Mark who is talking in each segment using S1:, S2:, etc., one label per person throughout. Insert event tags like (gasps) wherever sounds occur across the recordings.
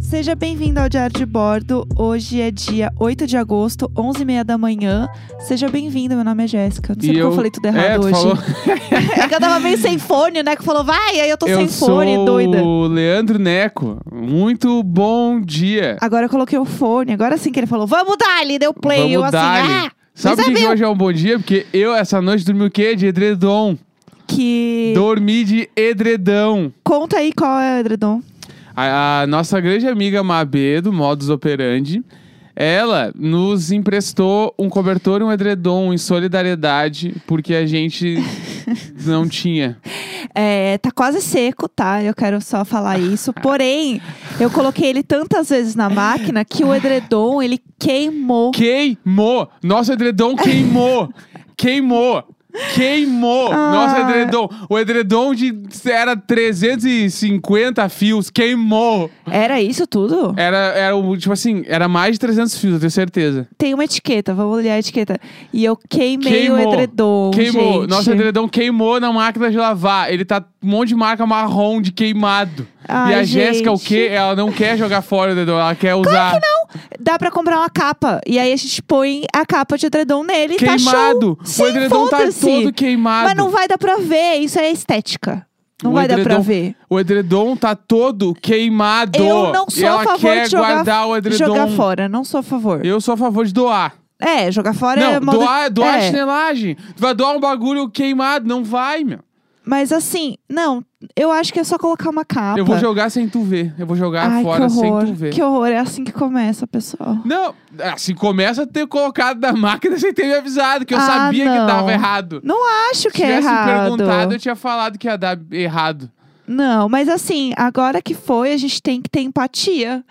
S1: Seja bem-vindo ao Diário de Bordo. Hoje é dia 8 de agosto, 11h30 da manhã. Seja bem-vindo, meu nome é Jéssica. Não sei
S2: E
S1: porque eu...
S2: eu-
S1: falei tudo
S2: é,
S1: errado
S2: tu
S1: hoje.
S2: falou.
S1: (laughs) É que eu tava meio sem fone, né? Que falou, vai, aí eu tô sem
S2: eu
S1: fone,
S2: sou
S1: doida.
S2: o Leandro Neco. Muito bom dia.
S1: Agora eu coloquei o fone, agora sim que ele falou, vamos dali, deu play.
S2: Vamos
S1: eu assim,
S2: dar-lhe.
S1: ah!
S2: Sabe
S1: mas
S2: o que, que
S1: abriu.
S2: hoje é um bom dia? Porque eu, essa noite, dormi o quê? De edredom.
S1: Que.
S2: Dormi de edredom.
S1: Conta aí qual é, Edredom.
S2: A, a nossa grande amiga Mabê, do Modus Operandi, ela nos emprestou um cobertor e um edredom em solidariedade, porque a
S1: (laughs)
S2: gente não tinha.
S1: É, tá quase seco, tá? Eu quero só falar isso.
S2: (laughs)
S1: Porém, eu coloquei ele tantas vezes na máquina que o edredom, ele queimou.
S2: Queimou! Nosso edredom queimou! queimou! Queimou!
S1: Ah.
S2: Nosso edredom! O edredom de era 350 fios, queimou!
S1: Era isso tudo?
S2: Era, era o, tipo assim, era mais de 300 fios, eu tenho certeza.
S1: Tem uma etiqueta, vamos olhar a etiqueta. E eu queimei
S2: Queimou.
S1: o edredom,
S2: Queimou.
S1: gente.
S2: Nosso edredom queimou na máquina de lavar. Ele tá um monte de marca marrom de queimado.
S1: Ai,
S2: e a
S1: gente. é
S2: Jéssica, o quê? Ela não quer jogar fora o edredom, ela quer usar.
S1: Dá pra comprar uma capa. E aí a gente põe a capa de edredom nele e tá show.
S2: Queimado!
S1: Sim,
S2: o edredom tá
S1: foda-se.
S2: todo queimado.
S1: Mas não vai dar pra ver, isso é estética. Não
S2: O
S1: vai dar pra
S2: edredom-
S1: ver.
S2: O edredom tá todo queimado.
S1: Eu não
S2: e
S1: sou
S2: ela
S1: a favor
S2: quer
S1: de jogar,
S2: guardar o edredom.
S1: jogar fora, não sou a favor.
S2: Eu sou a favor de doar.
S1: É, jogar fora
S2: não,
S1: é modo...
S2: doar, doar
S1: é.
S2: chinelagem. Tu vai doar um bagulho queimado, não vai, meu.
S1: Mas assim, não, eu acho que é só colocar uma capa.
S2: Eu vou jogar sem tu ver. Eu vou jogar
S1: Ai,
S2: fora
S1: que
S2: sem
S1: horror.
S2: tu ver.
S1: Que horror, é assim que começa, pessoal.
S2: Não, assim começa a ter colocado na máquina (laughs) sem ter me avisado, que eu
S1: Ah,
S2: sabia
S1: não.
S2: que dava errado.
S1: Não acho que
S2: Se
S1: é
S2: tivesse
S1: errado.
S2: perguntado, eu tinha falado que ia dar errado.
S1: Não, mas assim, agora que foi, a gente tem que ter empatia.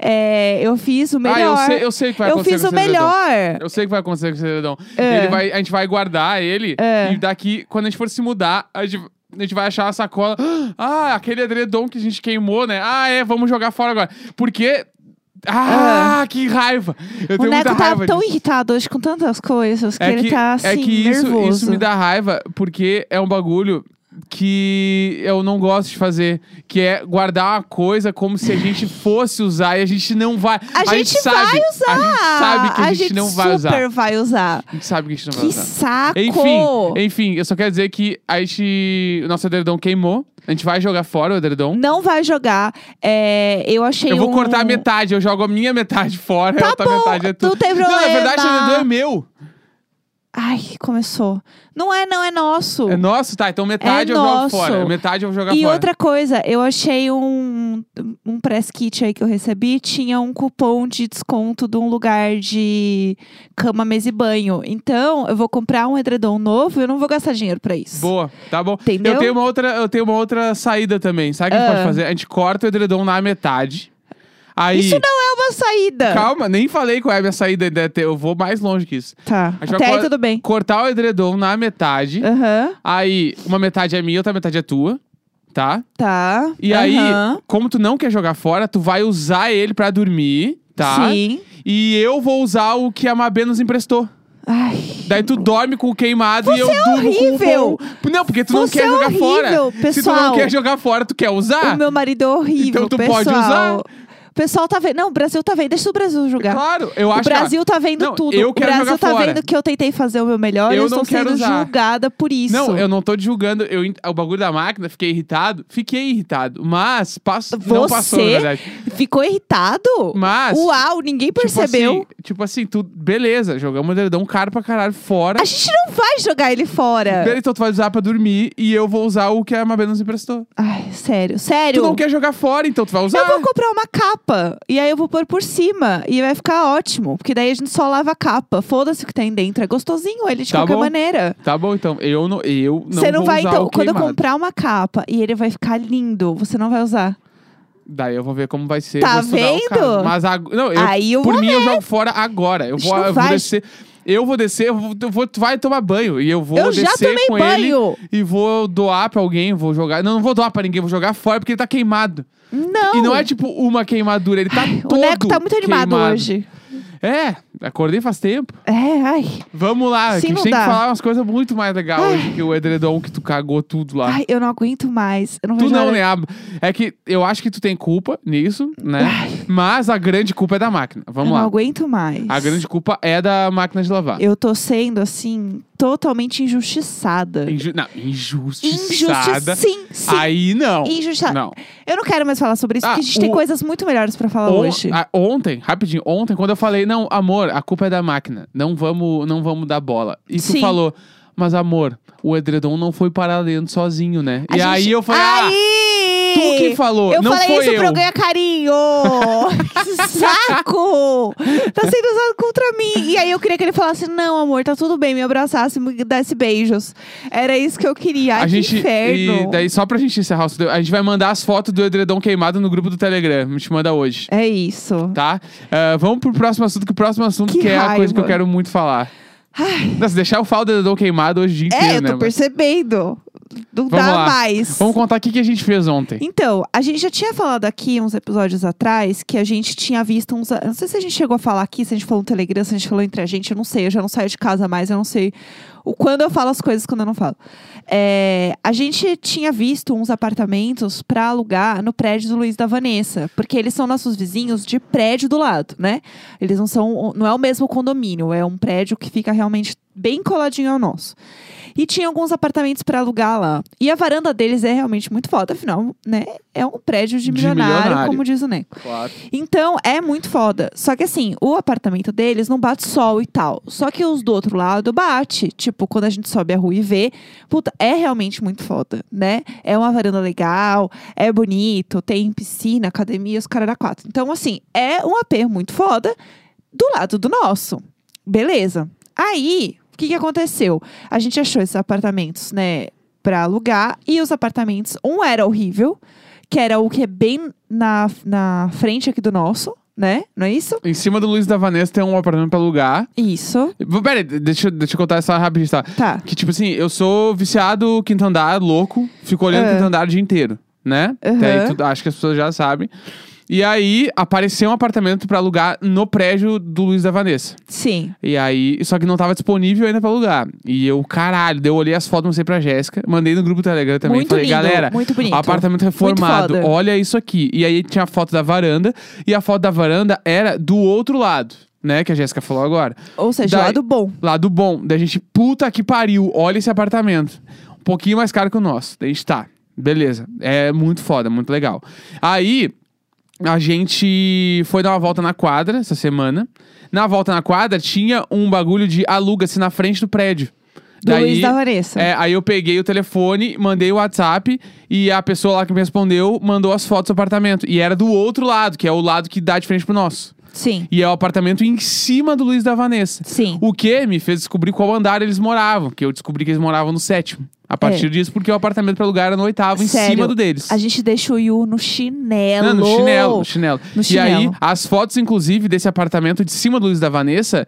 S1: É, eu fiz o melhor.
S2: Ah, eu sei, eu sei o que vai
S1: Eu
S2: acontecer
S1: fiz
S2: com
S1: o
S2: esse edredom.
S1: melhor.
S2: Eu sei o que vai acontecer com esse edredom.
S1: É.
S2: Ele vai, a gente vai guardar ele e daqui, quando a gente for se mudar, a gente, a gente vai achar a sacola. (gasps) Ah, aquele edredom que a gente queimou, né? Ah, é, vamos jogar fora agora. Porque. Ah, que raiva! Eu
S1: É. O
S2: tenho muita
S1: Neco tá
S2: raiva
S1: tão
S2: disso.
S1: irritado hoje com tantas coisas que
S2: é
S1: ele
S2: que,
S1: tá assim,
S2: é que isso,
S1: nervoso.
S2: isso me dá raiva, porque é um bagulho que eu não gosto de fazer, que é guardar uma coisa como se a gente fosse usar e a gente não vai.
S1: A, gente,
S2: sabe,
S1: vai usar!
S2: A gente sabe que a, gente, não vai
S1: Ah, super
S2: usar.
S1: vai usar.
S2: A gente sabe que a gente não vai
S1: Que
S2: usar.
S1: saco!
S2: Enfim, enfim, eu só quero dizer que a gente, o nosso edredom queimou. A gente vai jogar fora o edredom.
S1: Não vai jogar. É, eu achei
S2: Eu vou
S1: um-
S2: cortar a metade, eu jogo a minha metade fora,
S1: Tá
S2: a outra
S1: bom,
S2: metade é tu.
S1: não tem
S2: na verdade, o
S1: problema.
S2: edredom é meu.
S1: Ai, começou. Não é, não, é nosso.
S2: É nosso, tá? Então metade
S1: É
S2: eu
S1: nosso.
S2: jogo fora. Metade eu vou jogar
S1: E
S2: fora.
S1: outra coisa, eu achei um, um press kit aí que eu recebi, tinha um cupom de desconto de um lugar de cama, mesa e banho. Então, eu vou comprar um edredom novo e eu não vou gastar dinheiro pra isso.
S2: Boa, tá bom.
S1: Entendeu?
S2: Eu tenho uma outra, eu tenho uma outra saída também. Sabe o que a
S1: Ah.
S2: gente pode fazer? A gente corta o edredom na metade. Aí,
S1: Isso não é uma saída.
S2: calma, nem falei qual é a minha saída, ainda até- eu vou mais longe que isso.
S1: Tá,
S2: A gente
S1: até aí
S2: vai cor-
S1: tudo bem.
S2: Cortar o edredom na metade.
S1: Aham,
S2: Aí, uma metade é minha, outra metade é tua, tá?
S1: tá.
S2: E aí,
S1: Aham.
S2: como tu não quer jogar fora, tu vai usar ele pra dormir, tá?
S1: Sim.
S2: E eu vou usar o que a Mabê nos emprestou.
S1: Ai,
S2: Daí tu dorme com o queimado e eu
S1: é
S2: durmo
S1: horrível!
S2: com o bom. Não, porque tu não
S1: Você
S2: quer
S1: é
S2: jogar
S1: horrível,
S2: fora. Se tu
S1: pessoal.
S2: não quer jogar fora, tu quer
S1: o
S2: usar?
S1: meu marido é horrível,
S2: Ah. Então tu
S1: pessoal.
S2: pode usar?
S1: O pessoal tá vendo. Não, o Brasil tá vendo. Deixa o Brasil julgar.
S2: Claro, eu
S1: O
S2: acho ah,
S1: Brasil tá vendo
S2: Não,
S1: tudo.
S2: eu
S1: o
S2: quero
S1: Brasil
S2: jogar
S1: tá
S2: fora.
S1: vendo que eu tentei fazer o meu melhor e
S2: Eu
S1: eu
S2: não
S1: estou
S2: quero
S1: sendo
S2: usar.
S1: julgada por
S2: que.
S1: é isso.
S2: Não, eu não tô te julgando. Eu, en- o bagulho da máquina, fiquei irritado. Fiquei irritado. Mas passo, não passou, na
S1: Você? é
S2: verdade.
S1: Ficou irritado?
S2: Mas.
S1: Uau, ninguém percebeu.
S2: Tipo assim, tipo assim, tu, beleza, jogamos o dedão caro pra caralho fora.
S1: A gente não vai jogar ele fora.
S2: Beleza, Então tu vai usar pra dormir e eu vou usar o que a Mabê nos emprestou.
S1: Ai, sério, sério.
S2: Tu não quer jogar fora, então tu vai usar.
S1: Eu vou comprar uma capa e aí eu vou pôr por cima e vai ficar ótimo, porque daí a gente só lava a capa. Foda-se o que tem dentro, é gostosinho ele de
S2: Tá
S1: qualquer
S2: bom.
S1: maneira.
S2: Tá bom, então. Eu não, eu não
S1: você não
S2: vou
S1: vai
S2: usar
S1: então,
S2: o
S1: quando eu
S2: queimado.
S1: comprar uma capa e ele vai ficar lindo, você não vai usar.
S2: Daí eu vou ver como vai ser.
S1: Tá
S2: vou estudar o
S1: vendo?
S2: caso. Mas ag- não, eu,
S1: Aí eu
S2: por
S1: vou
S2: mim eu jogo fora agora. Eu
S1: A gente
S2: vou,
S1: não
S2: eu vou
S1: vai.
S2: descer. Eu vou descer, eu vou, eu vou- tu vai tomar banho. E eu vou
S1: eu
S2: descer
S1: já tomei
S2: com ele
S1: banho.
S2: e vou doar pra alguém, vou jogar. Não, não vou doar pra ninguém, vou jogar fora porque ele tá queimado.
S1: Não.
S2: E não é tipo é, uma queimadura, ele tá
S1: Ai,
S2: todo
S1: O Neco tá muito animado
S2: queimado.
S1: hoje.
S2: É, acordei faz tempo.
S1: É, ai.
S2: Vamos lá,
S1: Sim,
S2: que a gente
S1: não
S2: tem
S1: dá.
S2: que falar umas coisas muito mais legais hoje que o edredom que tu cagou tudo lá.
S1: Ai, eu não aguento mais. Eu não
S2: Tu
S1: vejo a
S2: não,
S1: hora-
S2: né? A- É que eu acho que tu tem culpa nisso, né?
S1: Ai.
S2: Mas a grande culpa é da máquina. Vamos
S1: eu
S2: lá.
S1: não aguento mais.
S2: A grande culpa é da máquina de lavar.
S1: Eu tô sendo, assim, totalmente injustiçada.
S2: Inju- Não, injustiçada.
S1: Injustiçada. Sim, sim.
S2: Aí não.
S1: Injustiçada.
S2: Não.
S1: Eu não quero mais falar sobre isso,
S2: Ah,
S1: porque a gente tem
S2: o-
S1: coisas muito melhores pra falar
S2: On-
S1: hoje.
S2: a- ontem, rapidinho, ontem, quando eu falei, não, amor, a culpa é da máquina. Não vamos, não vamos dar bola. E tu
S1: Sim.
S2: falou, mas amor, o edredom não foi para dentro sozinho, né?
S1: A
S2: e
S1: gente-
S2: aí eu falei, ah,
S1: Aí!
S2: tu que falou,
S1: Eu
S2: não
S1: falei
S2: foi
S1: isso
S2: eu.
S1: pra eu ganhar
S2: (laughs)
S1: carinho! (laughs) Que Saco! Tá sendo usado contra mim. E aí eu queria que ele falasse: não, amor, tá tudo bem, me abraçasse, me desse beijos. Era isso que eu queria. Ai,
S2: a
S1: que
S2: gente,
S1: inferno.
S2: e daí só pra gente encerrar, o estudo, a gente vai mandar as fotos do edredom queimado no grupo do Telegram. A gente manda hoje,
S1: É isso.
S2: tá? Ah, vamos pro próximo assunto, que o próximo assunto
S1: Que
S2: que é a coisa que eu
S1: raiva.
S2: quero muito falar.
S1: Ai,
S2: Nossa, deixar eu falar do edredom queimado hoje o dia inteiro,
S1: é, eu
S2: né?
S1: tô
S2: mano?
S1: percebendo. Não
S2: Vamos
S1: dá
S2: lá.
S1: mais.
S2: Vamos contar o que, que a gente fez ontem.
S1: Então, a gente já tinha falado aqui uns episódios atrás que a gente tinha visto uns. eu Não sei se a gente chegou a falar aqui, se a gente falou no Telegram, se a gente falou entre a gente, eu não sei, eu já não saio de casa mais, eu não sei o quando eu falo as coisas quando eu não falo. É, a gente tinha visto uns apartamentos pra alugar no prédio do Luiz da Vanessa, porque eles são nossos vizinhos de prédio do lado, né? Eles não são. Não é o mesmo condomínio, é um prédio que fica realmente bem coladinho ao nosso. E tinha alguns apartamentos pra alugar lá. E a varanda deles é realmente muito foda, afinal, né? É um prédio de
S2: De
S1: milionário,
S2: milionário.
S1: como diz o Neco.
S2: Claro.
S1: Então, é muito foda. Só que assim, o apartamento deles não bate sol e tal. Só que os do outro lado bate. Tipo, quando a gente sobe a rua e vê, puta, é realmente muito foda, né? É uma varanda legal, é bonito, tem piscina, academia, os caras da quatro. Então, assim, é um AP muito foda do lado do nosso. Beleza. Aí, o que, que aconteceu? A gente achou esses apartamentos, né, pra alugar. E os apartamentos, um era horrível, que era o que é bem na, na frente aqui do nosso, né? Não é isso?
S2: Em cima do Luiz da Vanessa tem um apartamento pra alugar.
S1: Isso.
S2: V- Pera aí, deixa, eu- deixa eu contar essa rapidinho, tá?
S1: Tá.
S2: Que tipo assim, eu sou viciado quinto andar, louco. Fico olhando
S1: Ah.
S2: quinto andar o dia inteiro, né?
S1: Aham.
S2: Até aí tu- acho que as pessoas já sabem. E aí, apareceu um apartamento pra alugar no prédio do Luiz da Vanessa.
S1: Sim.
S2: E aí, só que não tava disponível ainda pra alugar. E eu, caralho, daí eu olhei as fotos, mostrei pra Jéssica, mandei no grupo do Telegram também.
S1: muito
S2: falei,
S1: lindo,
S2: galera,
S1: muito bonito.
S2: Apartamento reformado.
S1: foda.
S2: Olha isso aqui. E aí tinha a foto da varanda. E a foto da varanda era do outro lado, né? Que a Jéssica falou agora.
S1: Ou seja,
S2: Daí-
S1: lado bom.
S2: Lado bom. Da gente, puta que pariu. Olha esse apartamento. Um pouquinho mais caro que o nosso. Daí a gente tá. Beleza. É muito foda, muito legal. Aí. A gente foi dar uma volta na quadra essa semana. Na volta na quadra tinha um bagulho de aluga-se na frente do prédio.
S1: Do
S2: Daí-
S1: Luiz da Vanessa.
S2: é, aí eu peguei o telefone, mandei o WhatsApp e a pessoa lá que me respondeu mandou as fotos do apartamento. E era do outro lado, que é o lado que dá de frente pro nosso.
S1: Sim.
S2: E é o apartamento em cima do Luiz da Vanessa.
S1: Sim.
S2: O que me fez descobrir qual andar eles moravam, que eu descobri que eles moravam no sétimo. A partir disso, porque o apartamento pra alugar era no oitavo, em
S1: É. Sério,
S2: cima do deles.
S1: A gente deixa o Yu no chinelo.
S2: Não, no chinelo, no chinelo.
S1: No
S2: e aí,
S1: chinelo.
S2: as fotos, inclusive, desse apartamento de cima do Luiz da Vanessa,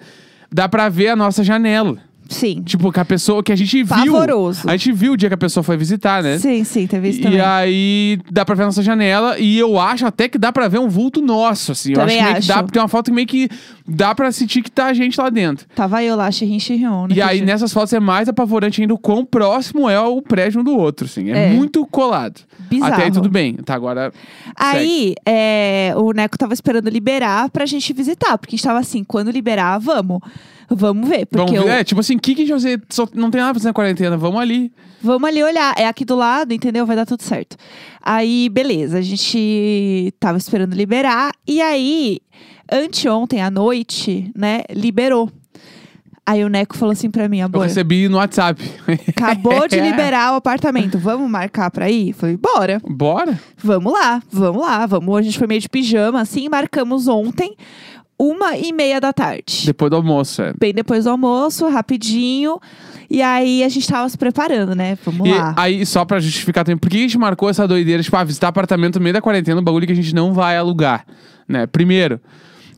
S2: dá pra ver a nossa janela.
S1: Sim.
S2: Tipo, que a pessoa que a gente viu.
S1: Pavoroso.
S2: A gente viu o dia que a pessoa foi visitar, né?
S1: Sim, sim, teve isso
S2: E
S1: também.
S2: aí dá pra ver a nossa janela e eu acho até que dá pra ver um vulto nosso, assim. eu acho
S1: Também
S2: que meio que
S1: acho.
S2: dá, tem uma foto que meio que dá pra sentir que tá a gente lá dentro.
S1: Tava eu lá, Xirrin Xirrion, né?
S2: E aí,
S1: gente?
S2: nessas fotos, é mais apavorante ainda o quão próximo é o prédio um do outro, assim. É,
S1: É.
S2: muito colado.
S1: Bizarro.
S2: Até aí tudo bem. Tá, agora.
S1: Aí, é, o Neco tava esperando liberar pra gente visitar. Porque a gente tava assim, quando liberar, vamos. Vamos ver. Porque
S2: Vamos
S1: eu-
S2: ver. É, tipo assim, o que que a gente vai fazer? Só- não tem nada pra fazer na quarentena, vamos ali.
S1: Vamos ali olhar, é aqui do lado, entendeu? Vai dar tudo certo. Aí, beleza, a gente tava esperando liberar. E aí, anteontem à noite, né, liberou. Aí o Neco falou assim pra mim,
S2: Eu
S1: amor,
S2: (laughs) recebi no WhatsApp.
S1: acabou de
S2: É.
S1: liberar o apartamento, vamos marcar pra ir? Falei, bora,
S2: Bora?
S1: vamos lá, vamos lá, vamos. A gente foi meio de pijama, assim, marcamos ontem, uma e meia da tarde
S2: Depois do almoço. é.
S1: bem depois do almoço, rapidinho. E aí a gente tava se preparando, né? Vamos
S2: E
S1: lá.
S2: aí, só pra justificar também, por que a gente marcou essa doideira, tipo, ah, visitar apartamento no meio da quarentena, um bagulho que a gente não vai alugar, né? Primeiro,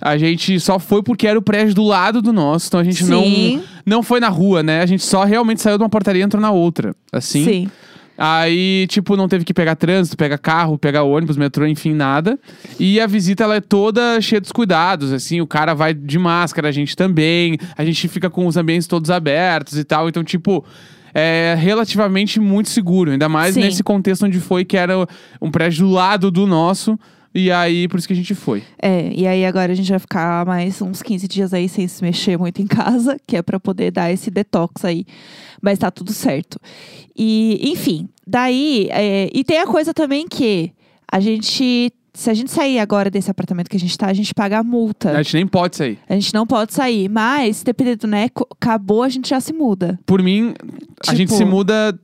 S2: a gente só foi porque era o prédio do lado do nosso, então a gente não,
S1: Sim.
S2: não foi na rua, né? A gente só realmente saiu de uma portaria e entrou na outra, assim. Aí, tipo, não teve que pegar trânsito, pegar carro, pegar ônibus, metrô, enfim, nada. E a visita, ela é toda cheia dos cuidados, assim. O cara vai de máscara, a gente também. A gente fica com os ambientes todos abertos e tal. Então, tipo... É relativamente muito seguro, ainda mais
S1: Sim.
S2: nesse contexto onde foi, que era um prédio do lado do nosso, e aí por isso que a gente foi.
S1: É, e aí agora a gente vai ficar mais uns 15 dias aí sem se mexer muito em casa, (laughs) que é pra poder dar esse detox aí. Mas tá tudo certo. E, enfim, daí. é, e tem a coisa também que a gente. Se a gente sair agora desse apartamento que a gente tá, a gente paga a multa.
S2: A gente nem pode sair.
S1: A gente não pode sair, mas se depender do Neco, acabou, a gente já se muda.
S2: Por mim, a
S1: Tipo-
S2: gente se muda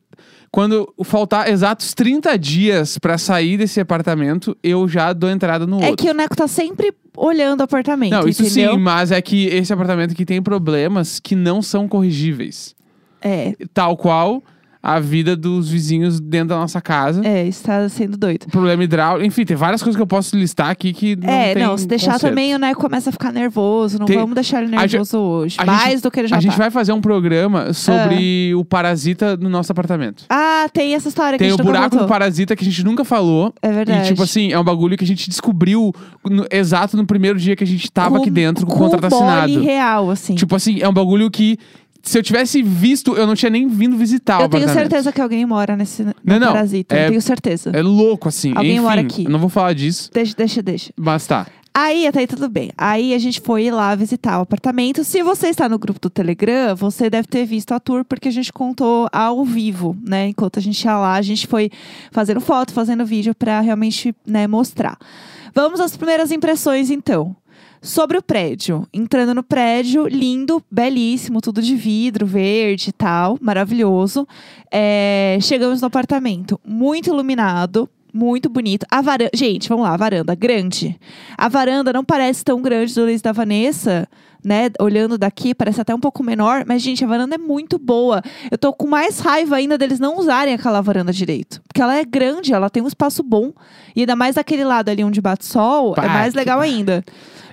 S2: quando faltar exatos 30 dias pra sair desse apartamento, eu já dou entrada no
S1: É
S2: outro.
S1: que o Neco tá sempre olhando o apartamento,
S2: Não, isso
S1: entendeu?
S2: sim, mas é que esse apartamento aqui tem problemas que não são corrigíveis.
S1: É,
S2: Tal qual a vida dos vizinhos dentro da nossa casa.
S1: é, está sendo doido.
S2: Problema hidráulico, enfim, tem várias coisas que eu posso listar aqui que não
S1: é,
S2: tem
S1: não, se deixar
S2: conserto.
S1: também o Neco começa a ficar nervoso, não
S2: Tem-
S1: vamos deixar ele
S2: a gen-
S1: nervoso hoje,
S2: a gente-
S1: mais do que ele já
S2: A gente
S1: tá.
S2: vai fazer um programa sobre o parasita no nosso apartamento.
S1: Ah, tem essa história que
S2: Tem
S1: a
S2: o
S1: gente nunca
S2: buraco do
S1: contou.
S2: parasita que a gente nunca falou.
S1: É
S2: E,
S1: verdade.
S2: tipo assim, é um bagulho que a gente descobriu no- exato no primeiro dia que a gente tava
S1: Com-
S2: aqui dentro com o
S1: com
S2: contrato
S1: o bole
S2: assinado.
S1: real, assim.
S2: Tipo assim, é um bagulho que se eu tivesse visto, eu não tinha nem vindo visitar o
S1: eu tenho
S2: apartamento.
S1: certeza que alguém mora nesse no
S2: Não, não,
S1: parasita,
S2: é-
S1: eu tenho certeza.
S2: É louco, assim.
S1: Alguém
S2: Enfim,
S1: mora aqui.
S2: eu não vou falar disso,
S1: Deixa, deixa, deixa.
S2: mas tá.
S1: Aí, até aí tudo bem. Aí a gente foi lá visitar o apartamento. Se você está no grupo do Telegram, você deve ter visto a tour, porque a gente contou ao vivo, né? Enquanto a gente ia lá, a gente foi fazendo foto, fazendo vídeo para realmente né, mostrar. Vamos às primeiras impressões, então. Sobre o prédio. Entrando no prédio, lindo, belíssimo, tudo de vidro, verde e tal, maravilhoso. É, chegamos no apartamento, muito iluminado, muito bonito. A varanda. Gente, vamos lá, a varanda grande. A varanda não parece tão grande do Luiz da Vanessa, né? Olhando daqui, parece até um pouco menor, mas, gente, a varanda é muito boa. Eu tô com mais raiva ainda deles não usarem aquela varanda direito. Porque ela é grande, ela tem um espaço bom. E ainda mais daquele lado ali onde bate sol, é
S2: Pá,
S1: mais
S2: que-
S1: legal ainda.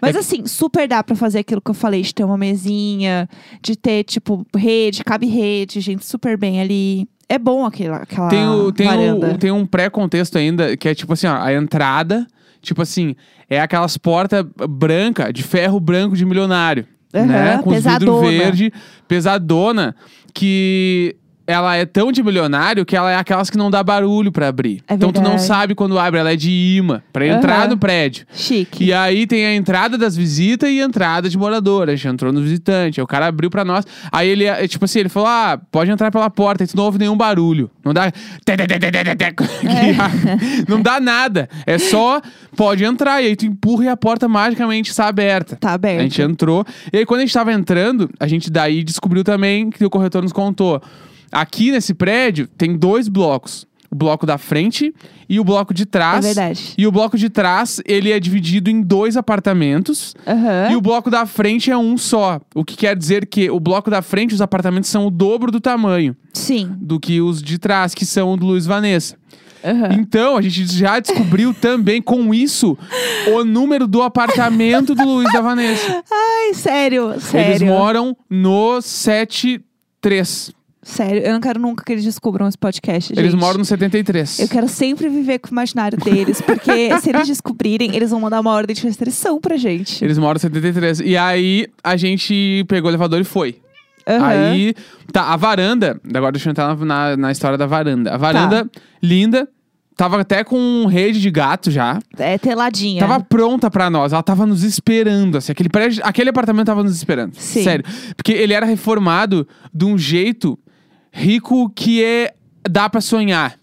S2: É
S1: Mas assim, super dá pra fazer aquilo que eu falei, de ter uma mesinha, de ter, tipo, rede, cabe rede, gente, super bem ali. É bom aquela, aquela
S2: tem, o, tem,
S1: varanda.
S2: o, tem um pré-contexto ainda, que é tipo assim, ó, a entrada, tipo assim, é aquelas portas branca de ferro branco de milionário.
S1: Aham,
S2: né? Com os vidro
S1: pesadona.
S2: verde, pesadona, que ela é tão de milionário que ela é aquelas que não dá barulho pra abrir.
S1: É
S2: então tu não
S1: verdade.
S2: sabe quando abre, ela é de imã, pra entrar
S1: Aham.
S2: no prédio.
S1: Chique.
S2: E aí tem a entrada das visitas e a entrada de morador. A gente entrou no visitante. aí O cara abriu pra nós. Aí ele, eh, tipo assim, ele falou: Ah, pode entrar pela porta, aí tu não ouve nenhum barulho. Não dá. (laughs) Não dá nada. É só pode entrar. E aí tu empurra e a porta magicamente está aberta.
S1: Tá aberto.
S2: A gente entrou. E aí, quando a gente tava entrando, a gente daí descobriu também que o corretor nos contou. Aqui nesse prédio tem dois blocos. O bloco da frente e o bloco de
S1: É
S2: trás.
S1: verdade.
S2: E o bloco de trás, ele é dividido em dois apartamentos.
S1: Aham.
S2: E o bloco da frente é um só. O que quer dizer que o bloco da frente, os apartamentos são o dobro do tamanho
S1: Sim.
S2: do que os de trás, que são o do Luiz Vanessa.
S1: Aham.
S2: Então, a gente já
S1: (laughs)
S2: descobriu também, com isso, o número do apartamento do Luiz da Vanessa.
S1: Ai, (laughs) sério,
S2: Eles
S1: sério.
S2: moram no 73.
S1: Sério, eu não quero nunca que eles descubram esse podcast.
S2: Eles
S1: gente.
S2: moram no 73.
S1: Eu quero sempre viver com o imaginário deles,
S2: (laughs)
S1: porque se eles descobrirem, eles vão mandar uma ordem de restrição pra gente.
S2: Eles moram no 73. E aí, a gente pegou o elevador e foi.
S1: Aham.
S2: Aí, tá, a varanda. Agora deixa eu entrar na, na, na história da varanda. A varanda,
S1: Tá.
S2: linda. Tava até com rede de gato já.
S1: É teladinha.
S2: Tava pronta pra nós. Ela tava nos esperando. Assim, aquele, prédio, aquele apartamento tava nos esperando.
S1: Sim.
S2: Sério. Porque ele era reformado de um jeito rico que é. dá pra sonhar.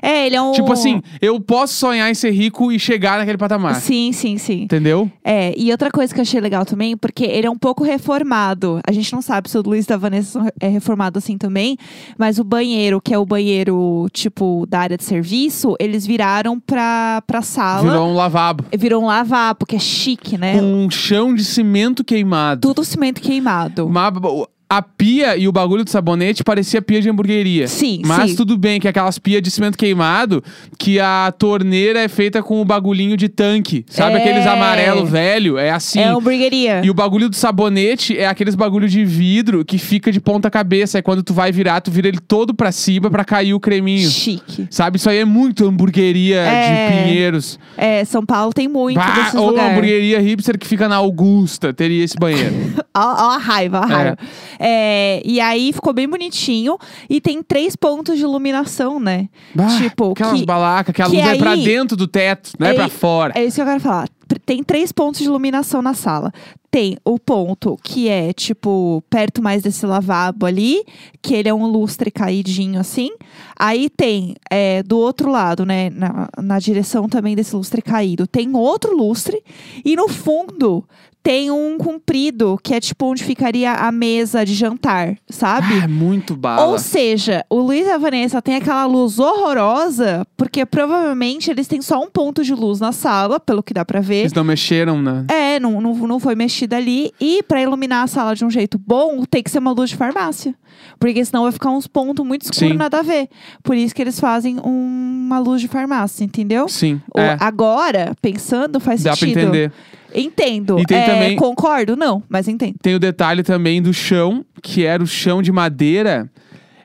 S1: É, ele é um.
S2: Tipo assim, eu posso sonhar em ser rico e chegar naquele patamar.
S1: Sim, sim, sim.
S2: Entendeu?
S1: É, e outra coisa que eu achei legal também, porque ele é um pouco reformado. A gente não sabe se o Luiz da Vanessa são- é reformado assim também, mas o banheiro, que é o banheiro, tipo, da área de serviço, eles viraram pra, pra sala. Virou,
S2: Virou um lavabo.
S1: um lavabo, que é chique, né?
S2: Com um chão de cimento queimado.
S1: Tudo cimento queimado.
S2: Uma- o- A pia e o bagulho do sabonete parecia pia de hamburgueria.
S1: Sim,
S2: Mas
S1: sim.
S2: tudo bem, que é aquelas pia de cimento queimado, que a torneira é feita com o bagulhinho de tanque. Sabe
S1: É.
S2: aqueles amarelo velho? É assim.
S1: É hamburgueria.
S2: E o bagulho do sabonete é aqueles bagulho de vidro que fica de ponta cabeça. É quando tu vai virar, tu vira ele todo pra cima pra cair o creminho.
S1: Chique.
S2: Sabe? Isso aí é muito hamburgueria
S1: É.
S2: de Pinheiros.
S1: É, São Paulo tem muito
S2: Bah,
S1: desses
S2: ou
S1: lugares.
S2: hamburgueria hipster que fica na Augusta. Teria esse banheiro.
S1: Ó, ó a raiva, ó a raiva. É, e aí ficou bem bonitinho. E tem três pontos de iluminação, né?
S2: Bah,
S1: Tipo,
S2: aquelas
S1: que-
S2: balacas que a
S1: que
S2: luz vai pra
S1: aí-
S2: dentro do teto, não é,
S1: Ei,
S2: pra fora.
S1: É isso que eu quero falar. Pr- Tem três pontos de iluminação na sala. Tem o ponto que é, tipo, perto mais desse lavabo ali, que ele é um lustre caidinho assim. Aí tem, é, do outro lado, né, na, na direção também desse lustre caído, tem outro lustre. E no fundo tem um comprido, que é tipo onde ficaria a mesa de jantar, sabe?
S2: Ah, muito bala.
S1: Ou seja, o Luiz e a Vanessa têm aquela luz horrorosa, porque provavelmente eles têm só um ponto de luz na sala, pelo que dá pra ver.
S2: Eles não mexeram, né?
S1: É, não, não, não foi mexida ali. E pra iluminar a sala de um jeito bom, tem que ser uma luz de farmácia. Porque senão vai ficar uns pontos muito escuros,
S2: Sim.
S1: nada a ver. Por isso que eles fazem um- uma luz de farmácia, entendeu?
S2: Sim,
S1: Ou-
S2: é.
S1: Agora, pensando, faz
S2: Dá pra
S1: sentido.
S2: entender.
S1: Entendo.
S2: E tem
S1: É,
S2: também-
S1: Concordo? Não, mas entendo.
S2: Tem o detalhe também do chão, que era o chão de madeira.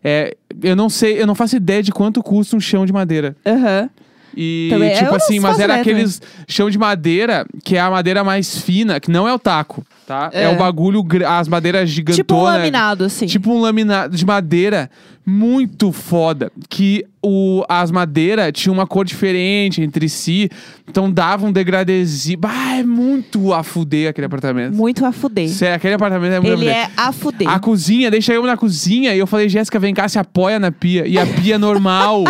S2: É, eu não sei, eu não faço ideia de quanto custa um chão de madeira.
S1: Aham.
S2: E,
S1: Também, eu
S2: tipo
S1: não
S2: assim, mas
S1: faço
S2: era
S1: ideia
S2: aqueles chão de madeira, que é a madeira mais fina, que não é o taco, tá? É,
S1: É.
S2: o bagulho, gr- as madeiras gigantonas.
S1: Tipo um laminado, assim.
S2: Tipo um laminado de madeira muito foda. Que o, as madeiras tinham uma cor diferente entre si. Então dava um degradezinho. Bah, é muito a fuder aquele apartamento.
S1: Muito a fuder.
S2: Sério, aquele apartamento é muito a
S1: Ele
S2: fuder.
S1: é a fuder.
S2: A cozinha, daí chegamos na cozinha e eu falei, Jéssica, vem cá, se apoia na pia. E a pia
S1: (laughs)
S2: é normal.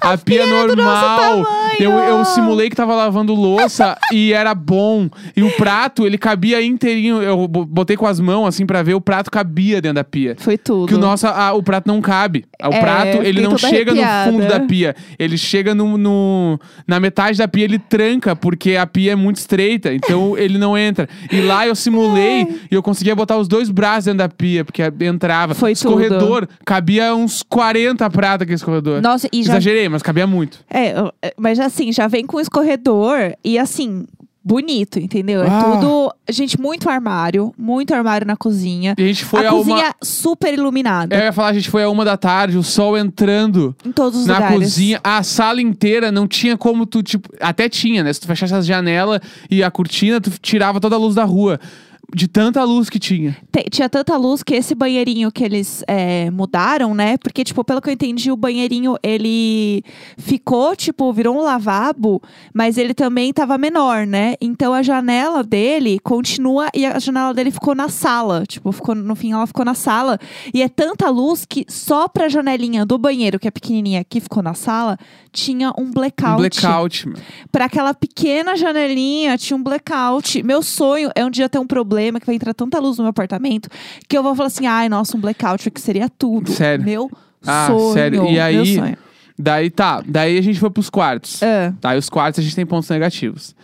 S2: a, pia, é
S1: era do
S2: normal.
S1: nosso tamanho.
S2: eu, eu simulei que tava lavando louça e era bom. E o prato, ele cabia inteirinho. Eu bo- botei com as mãos assim pra ver, o prato cabia dentro da pia.
S1: Foi tudo.
S2: Que o nosso, a- o prato não cabe. O
S1: É,
S2: prato, ele
S1: fiquei
S2: não
S1: toda
S2: chega
S1: arrepiada.
S2: no fundo da pia. Ele chega no, no- na metade da pia, ele tranca, porque a pia é muito estreita.
S1: (laughs)
S2: Então ele não entra. E lá eu simulei e eu conseguia botar os dois braços dentro da pia, porque a- entrava.
S1: Foi
S2: esse
S1: tudo.
S2: corredor, cabia uns 40 pratos aqui, esse corredor.
S1: Nossa, e já.
S2: Exagerei, mas cabia muito.
S1: É, eu- é, mas assim, já vem com escorredor e assim, bonito, entendeu? É
S2: Ah.
S1: tudo. Gente, muito armário, muito armário na cozinha.
S2: E a gente foi
S1: a
S2: a, uma.
S1: cozinha super iluminada.
S2: Eu ia falar, a gente foi a uma da tarde, o sol entrando.
S1: Em todos os
S2: É, na
S1: lugares.
S2: cozinha, a sala inteira não tinha como tu, tipo, até tinha, né? Se tu fechasse as janelas e a cortina, tu tirava toda a luz da rua. De tanta luz que tinha.
S1: Te- tinha tanta luz que esse banheirinho que eles é, mudaram, né? Porque, tipo, pelo que eu entendi, o banheirinho, ele ficou, tipo, virou um lavabo, mas ele também tava menor, né? Então a janela dele continua e a janela dele ficou na sala. Tipo, ficou, no fim ela ficou na sala. E é tanta luz que só pra janelinha do banheiro, que é pequenininha, que ficou na sala, tinha um blackout.
S2: Um blackout, meu.
S1: Pra aquela pequena janelinha tinha um blackout. Meu sonho é um dia ter um problema que vai entrar tanta luz no meu apartamento que eu vou falar assim: ai, nossa, um blackout que seria tudo.
S2: Sério?
S1: Meu
S2: Ah,
S1: sonho.
S2: sério. E
S1: Meu
S2: aí-
S1: sonho.
S2: Daí tá, daí a gente foi pros quartos.
S1: É.
S2: Tá, e os quartos a gente tem pontos negativos.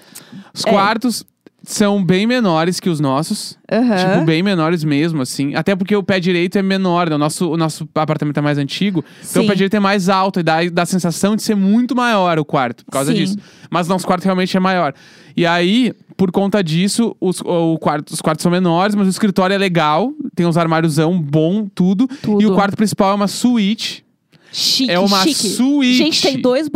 S2: Os
S1: É.
S2: quartos são bem menores que os nossos.
S1: Aham.
S2: Tipo, bem menores mesmo, assim. Até porque o pé direito é menor, né? O nosso, o nosso apartamento é mais antigo. Então o
S1: Sim.
S2: pé direito é mais alto e dá, dá a sensação de ser muito maior o quarto, por causa
S1: Sim.
S2: disso. Mas o nosso quarto realmente é maior. E aí, por conta disso, os, o quarto, os quartos são menores, mas o escritório é legal. Tem uns armáriozão bom, tudo.
S1: Tudo.
S2: E o quarto principal é uma suíte.
S1: Chique,
S2: é uma
S1: chique.
S2: suíte.
S1: Gente, tem dois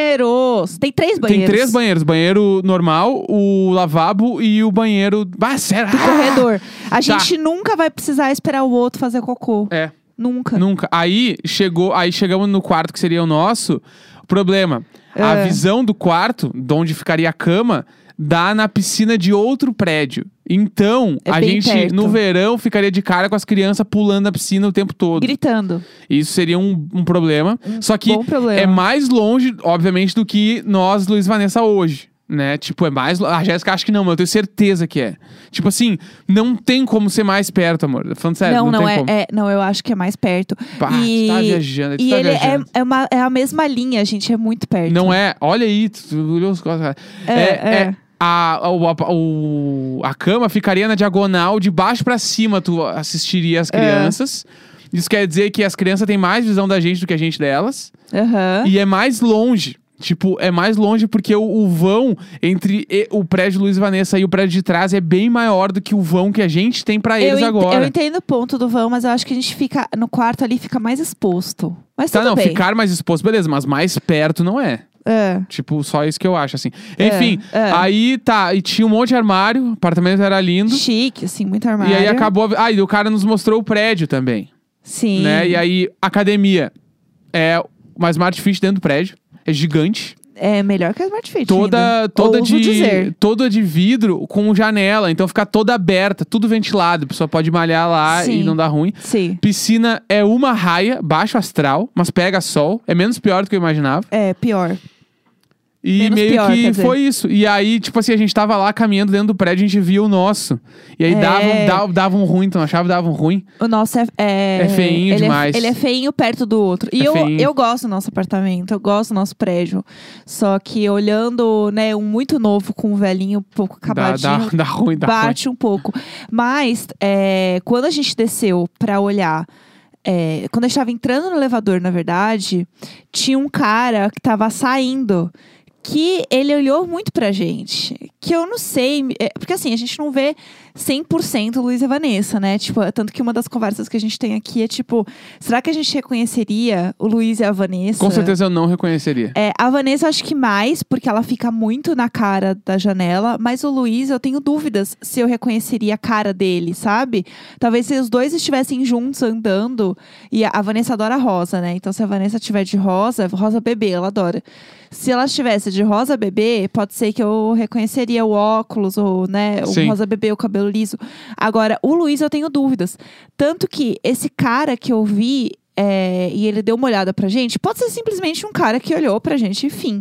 S1: banheiros. Tem três banheiros.
S2: Tem três banheiros. Banheiro normal, o lavabo e o banheiro... Ah, sério?
S1: Do corredor. A
S2: (laughs) Tá.
S1: gente nunca vai precisar esperar o outro fazer cocô.
S2: É.
S1: Nunca.
S2: Nunca. Aí chegou, aí chegamos no quarto que seria o nosso. Problema. A
S1: É.
S2: visão do quarto, de onde ficaria a cama, dá na piscina de outro prédio. Então,
S1: É
S2: a
S1: bem
S2: gente
S1: perto.
S2: no verão ficaria de cara com as crianças pulando na piscina o tempo todo.
S1: Gritando.
S2: Isso seria um, um problema. Só que
S1: Bom problema.
S2: é mais longe, obviamente, do que nós, Luiz e Vanessa, hoje. Né? Tipo, é mais. lo- A Jéssica acha que não, mas eu tenho certeza que é. Tipo assim, não tem como ser mais perto, amor. Falando sério,
S1: não,
S2: não, tem
S1: é,
S2: como.
S1: é- Não, eu acho que é mais perto.
S2: Pá,
S1: e
S2: tu tá viajando, tu
S1: e
S2: tá
S1: ele é,
S2: viajando.
S1: é, uma- é a mesma linha, gente. É muito perto.
S2: Não é. Olha aí, tu- tu olhou os costas. cara.
S1: É, é.
S2: a, a, a- o- a cama ficaria na diagonal, de baixo pra cima tu assistiria
S1: É.
S2: as crianças. Isso quer dizer que as crianças têm mais visão da gente do que a gente delas.
S1: Aham.
S2: E é mais longe. Tipo, é mais longe porque o, o vão entre e- o prédio Luiz e Vanessa e o prédio de trás é bem maior do que o vão que a gente tem pra
S1: eu,
S2: eles
S1: ent- eu
S2: agora.
S1: entendo o ponto do vão, mas eu acho que a gente fica no quarto ali, fica mais exposto. Mas
S2: Tá,
S1: tudo
S2: não,
S1: bem.
S2: ficar mais exposto, beleza, mas mais perto não é.
S1: É.
S2: Tipo, só isso que eu acho, assim.
S1: É,
S2: Enfim,
S1: é.
S2: aí tá, e tinha um monte de armário, o apartamento era lindo.
S1: Chique, assim, muito armário.
S2: E aí acabou. a vi- Ah, e o cara nos mostrou o prédio também.
S1: Sim.
S2: Né? E aí, academia. É uma Smart Fit dentro do prédio. É gigante.
S1: É melhor que a Smart Fit.
S2: Toda,
S1: ainda.
S2: toda
S1: Ouso
S2: de.
S1: dizer.
S2: Toda de vidro com janela. Então fica toda aberta, tudo ventilado. A pessoa pode malhar lá
S1: Sim.
S2: e não dá ruim.
S1: Sim.
S2: Piscina é uma raia, baixo astral, mas pega sol. É menos pior do que eu imaginava.
S1: É, pior.
S2: E
S1: Menos
S2: meio
S1: pior, quer
S2: que
S1: dizer.
S2: foi isso. E aí, tipo assim, a gente tava lá caminhando dentro do prédio, a gente via o nosso. E aí um,
S1: É.
S2: davam, davam, davam ruim, então achava que davam ruim.
S1: O nosso é. É,
S2: É feinho
S1: ele
S2: demais.
S1: É, ele é feinho perto do outro. E
S2: É
S1: eu,
S2: feinho.
S1: eu gosto do nosso apartamento, eu gosto do nosso prédio. Só que olhando, né, um muito novo com um velhinho pouco
S2: Dá,
S1: acabadinho.
S2: dá, (laughs) dá ruim, dá ruim.
S1: bate um pouco. Mas é, quando a gente desceu pra olhar. é, quando a gente tava entrando no elevador, na verdade, tinha um cara que tava saindo que ele olhou muito pra gente. Que eu não sei. é, porque assim, a gente não vê 100% Luiz e Vanessa, né? Tipo, é tanto que uma das conversas que a gente tem aqui é tipo: será que a gente reconheceria o Luiz e a Vanessa?
S2: Com certeza eu não reconheceria.
S1: É, a Vanessa eu acho que mais, porque ela fica muito na cara da janela, mas o Luiz eu tenho dúvidas se eu reconheceria a cara dele, sabe? Talvez se os dois estivessem juntos andando, e a, a Vanessa adora rosa, né? Então se a Vanessa tiver de rosa, rosa bebê, ela adora. Se ela estivesse de rosa bebê, pode ser que eu reconheceria o óculos, ou, né, o
S2: Sim.
S1: rosa bebê, o cabelo liso. Agora, o Luiz eu tenho dúvidas. Tanto que esse cara que eu vi é, e ele deu uma olhada pra gente, pode ser simplesmente um cara que olhou pra gente, enfim.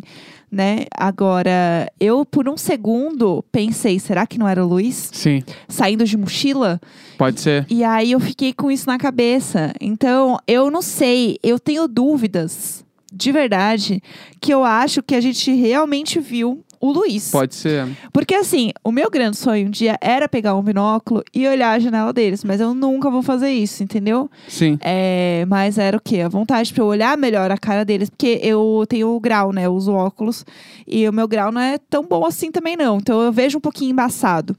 S1: Né? Agora, eu por um segundo pensei, será que não era o Luiz
S2: Sim,
S1: saindo de mochila?
S2: pode ser.
S1: E aí eu fiquei com isso na cabeça. Então, eu não sei, eu tenho dúvidas, de verdade, que eu acho que a gente realmente viu o Luiz.
S2: Pode ser.
S1: Porque assim, o meu grande sonho um dia era pegar um binóculo e olhar a janela deles, mas eu nunca vou fazer isso, entendeu?
S2: Sim.
S1: É, mas era o quê? A vontade pra eu olhar melhor a cara deles, porque eu tenho o grau, né? Eu uso óculos e o meu grau não é tão bom assim também não. Então eu vejo um pouquinho embaçado.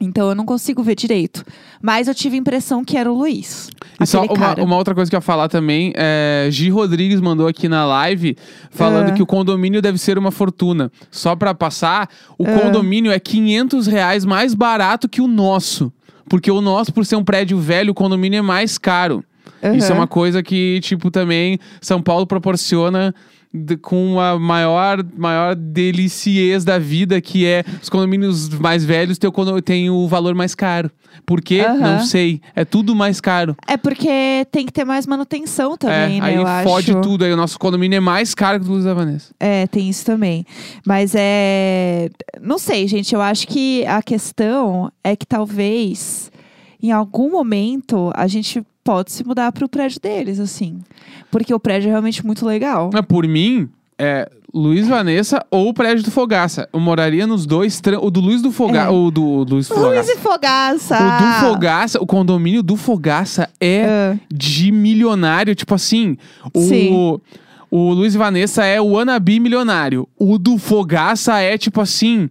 S1: Então eu não consigo ver direito. Mas eu tive a impressão que era o Luiz.
S2: E só
S1: aquele
S2: uma,
S1: cara.
S2: uma outra coisa que eu ia falar também, é, Gi Rodrigues mandou aqui na live falando
S1: Ah.
S2: que o condomínio deve ser uma fortuna. Só pra passar, o
S1: Ah.
S2: condomínio é 500 reais mais barato que o nosso. Porque o nosso, por ser um prédio velho, o condomínio é mais caro. Isso é
S1: Aham.
S2: uma coisa que, tipo, também São Paulo proporciona d- com a maior, maior deliciez da vida, que é os condomínios mais velhos têm o, condo- têm o valor mais caro. Por quê?
S1: Aham.
S2: Não sei. É tudo mais caro.
S1: É porque tem que ter mais manutenção também, né?
S2: é, aí
S1: eu
S2: fode
S1: acho.
S2: tudo. Aí o nosso condomínio é mais caro que o do Luiz da Vanessa.
S1: É, tem isso também. Mas é. Não sei, gente. Eu acho que a questão é que talvez em algum momento a gente pode se mudar pro prédio deles, assim. Porque o prédio é realmente muito legal.
S2: Mas por mim, é Luiz Vanessa ou o prédio do Fogaça. Eu moraria nos dois. tran- O do Luiz do
S1: É.
S2: Fogaça. O do o do Luiz
S1: Luiz
S2: Fogaça.
S1: e Fogaça!
S2: é um O do Fogaça, o condomínio do Fogaça é
S1: É.
S2: de milionário. Tipo assim, o.
S1: Sim.
S2: O Luiz e Vanessa é o Anabi milionário. O do Fogaça é tipo assim.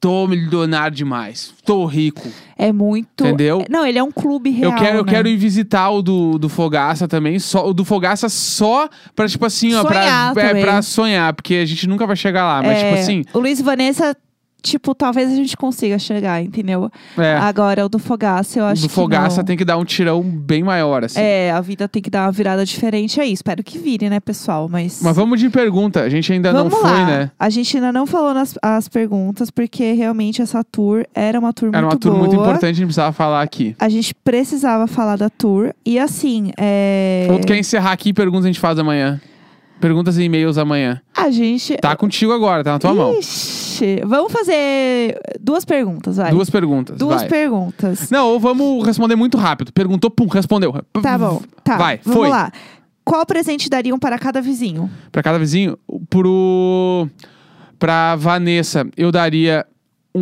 S2: Tô milionário demais. Tô rico.
S1: É muito.
S2: Entendeu?
S1: Não, ele é um clube real.
S2: eu quero, eu
S1: né?
S2: quero ir visitar o do, do Fogaça também. Só, o do Fogaça só pra, tipo assim, ó,
S1: Sonhar
S2: pra, é,
S1: também.
S2: pra sonhar, porque a gente nunca vai chegar lá. Mas,
S1: É,
S2: tipo assim,
S1: O Luiz e Vanessa, tipo, talvez a gente consiga chegar, entendeu?
S2: é,
S1: Agora, o do Fogaça, eu
S2: o
S1: acho
S2: do
S1: que.
S2: Fogaça
S1: não.
S2: tem que dar um tirão bem maior, assim.
S1: É, a vida tem que dar uma virada diferente aí. Espero que vire, né, pessoal? Mas.
S2: Mas vamos de pergunta. A gente ainda
S1: Vamos
S2: não foi,
S1: lá.
S2: né?
S1: A gente ainda não falou nas as perguntas, porque realmente essa tour era uma tour
S2: Era
S1: muito
S2: uma turma
S1: boa.
S2: muito importante, a gente precisava falar aqui.
S1: A gente precisava falar da tour. E assim, é...
S2: Ou tu quer encerrar aqui perguntas a gente faz amanhã? Perguntas e e-mails amanhã.
S1: a gente.
S2: Tá contigo agora, tá na tua mão.
S1: Ixi, vamos fazer duas perguntas, vai.
S2: Duas perguntas.
S1: Duas
S2: vai.
S1: perguntas.
S2: Não, ou vamos responder muito rápido. Perguntou, pum, respondeu.
S1: Tá bom, tá.
S2: Vai,
S1: vamos
S2: foi.
S1: lá. Qual presente dariam para cada vizinho?
S2: Pra cada vizinho, pro. Pra Vanessa, eu daria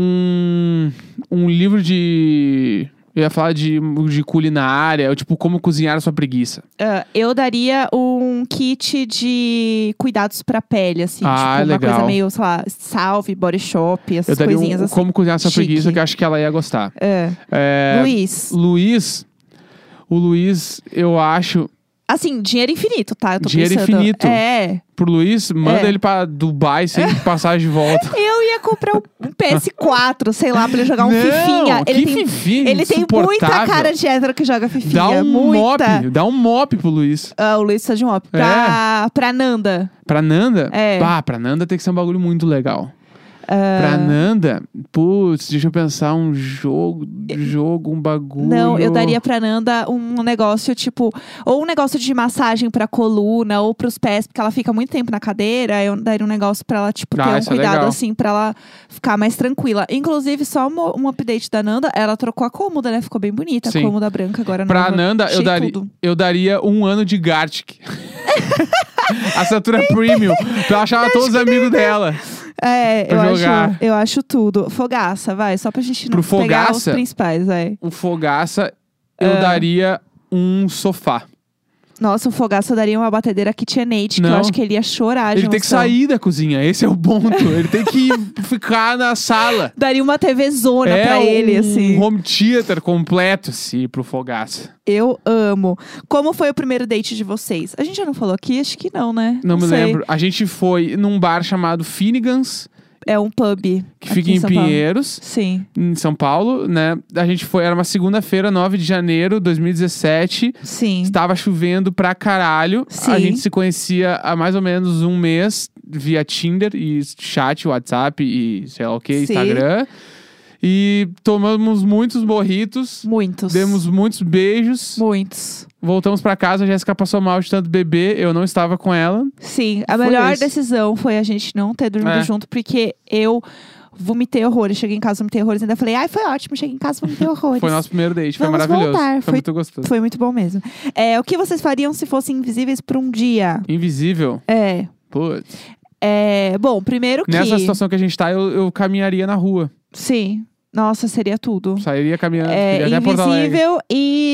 S2: um, um livro de. Eu ia falar de, de culinária, ou tipo, como cozinhar a sua preguiça.
S1: Ah, eu daria um kit de cuidados pra pele, assim.
S2: Ah,
S1: tipo, uma
S2: legal.
S1: coisa meio, sei lá, salve, body shop,
S2: Eu
S1: essas
S2: daria
S1: coisinhas
S2: um
S1: assim.
S2: como cozinhar a sua
S1: Chique.
S2: preguiça, que eu acho que ela ia gostar.
S1: É.
S2: É,
S1: Luiz,
S2: Luiz. O Luiz, eu acho.
S1: assim, dinheiro infinito, tá? Eu tô
S2: Dinheiro
S1: pensando.
S2: infinito.
S1: É.
S2: Pro Luiz, manda
S1: É.
S2: ele pra
S1: (laughs)
S2: Dubai sem passagem de volta.
S1: Eu ia comprar um um PS4, sei lá, pra ele jogar um
S2: Não,
S1: fifinha. Ele
S2: que
S1: tem,
S2: fifinha,
S1: ele tem muita
S2: insuportável.
S1: cara de hétero que joga fifinha.
S2: Dá um
S1: muita.
S2: mop, dá um mop pro Luiz.
S1: Ah, o Luiz precisa de um
S2: É.
S1: op. Pra, pra Nanda.
S2: Pra Nanda?
S1: É. Ah.
S2: Bah, pra Nanda tem que ser um bagulho muito legal. Pra Nanda, putz, deixa eu pensar um jogo, jogo, um bagulho.
S1: Não, eu daria pra Nanda um negócio tipo. Ou um negócio de massagem pra coluna ou pros pés, porque ela fica muito tempo na cadeira. Eu daria um negócio pra ela, tipo,
S2: Ah,
S1: ter um
S2: isso é
S1: cuidado
S2: legal.
S1: assim, pra ela ficar mais tranquila. Inclusive, só uma- um, update da Nanda, ela trocou a cômoda, né? Ficou bem bonita
S2: Sim.
S1: a cômoda branca agora.
S2: Pra
S1: nova.
S2: Nanda, eu
S1: Achei
S2: daria, (laughs)
S1: tudo.
S2: eu daria um ano
S1: (laughs)
S2: de Gartic. Assinatura premium. Pra achar todos os amigos dela.
S1: É, eu
S2: pra jogar.
S1: acho, eu acho tudo. Fogaça, vai, só pra gente não
S2: Pro
S1: pegar os
S2: Fogaça?
S1: principais, vai.
S2: O Fogaça, eu
S1: Ah.
S2: daria um sofá.
S1: Nossa, o Fogaça eu daria uma batedeira KitchenAid, que eu
S2: Não.
S1: acho que ele ia chorar de
S2: Ele tem que
S1: emoção.
S2: sair da cozinha, esse é o ponto. Ele
S1: (laughs)
S2: tem que ficar na sala.
S1: Daria uma TV zona
S2: é
S1: pra
S2: um
S1: ele, assim.
S2: home theater completo, se pro Fogaça.
S1: Eu amo. Como foi o primeiro date de vocês? A gente já não falou aqui? Acho que não, né?
S2: Não, me
S1: sei.
S2: lembro. A gente foi num bar chamado Finnegan's,
S1: É um pub.
S2: que
S1: aqui
S2: fica em
S1: São Paulo.
S2: Pinheiros,
S1: Sim,
S2: em São Paulo, né? A gente foi, era uma segunda-feira, 9 de janeiro de 2017.
S1: sim.
S2: Estava chovendo pra caralho. A
S1: Sim.
S2: gente se conhecia há mais ou menos um mês via Tinder e chat, WhatsApp e sei lá o que,
S1: Sim.
S2: Instagram. E tomamos muitos morritos,
S1: Muitos.
S2: demos muitos beijos.
S1: Muitos.
S2: Voltamos pra casa, a Jéssica passou mal de tanto beber, eu não estava com ela.
S1: Sim, a
S2: Foi
S1: melhor
S2: isso.
S1: decisão foi a gente não ter dormido
S2: É.
S1: junto, porque eu vomitei horrores. Cheguei em casa, vomitei horrores. Ainda falei, ai, foi ótimo. Cheguei em casa,
S2: (laughs)
S1: vomitei horrores.
S2: Foi nosso primeiro date, foi
S1: Vamos
S2: maravilhoso.
S1: voltar,
S2: Foi
S1: foi-
S2: muito gostoso.
S1: Foi muito bom mesmo. É, o que vocês fariam se fossem invisíveis por um dia?
S2: Invisível.
S1: É.
S2: Putz.
S1: é bom, primeiro que.
S2: Nessa situação que a gente tá, eu, eu caminharia na rua.
S1: Sim. Nossa, seria tudo.
S2: Sairia caminhando.
S1: É,
S2: iria até Porto Alegre.
S1: invisível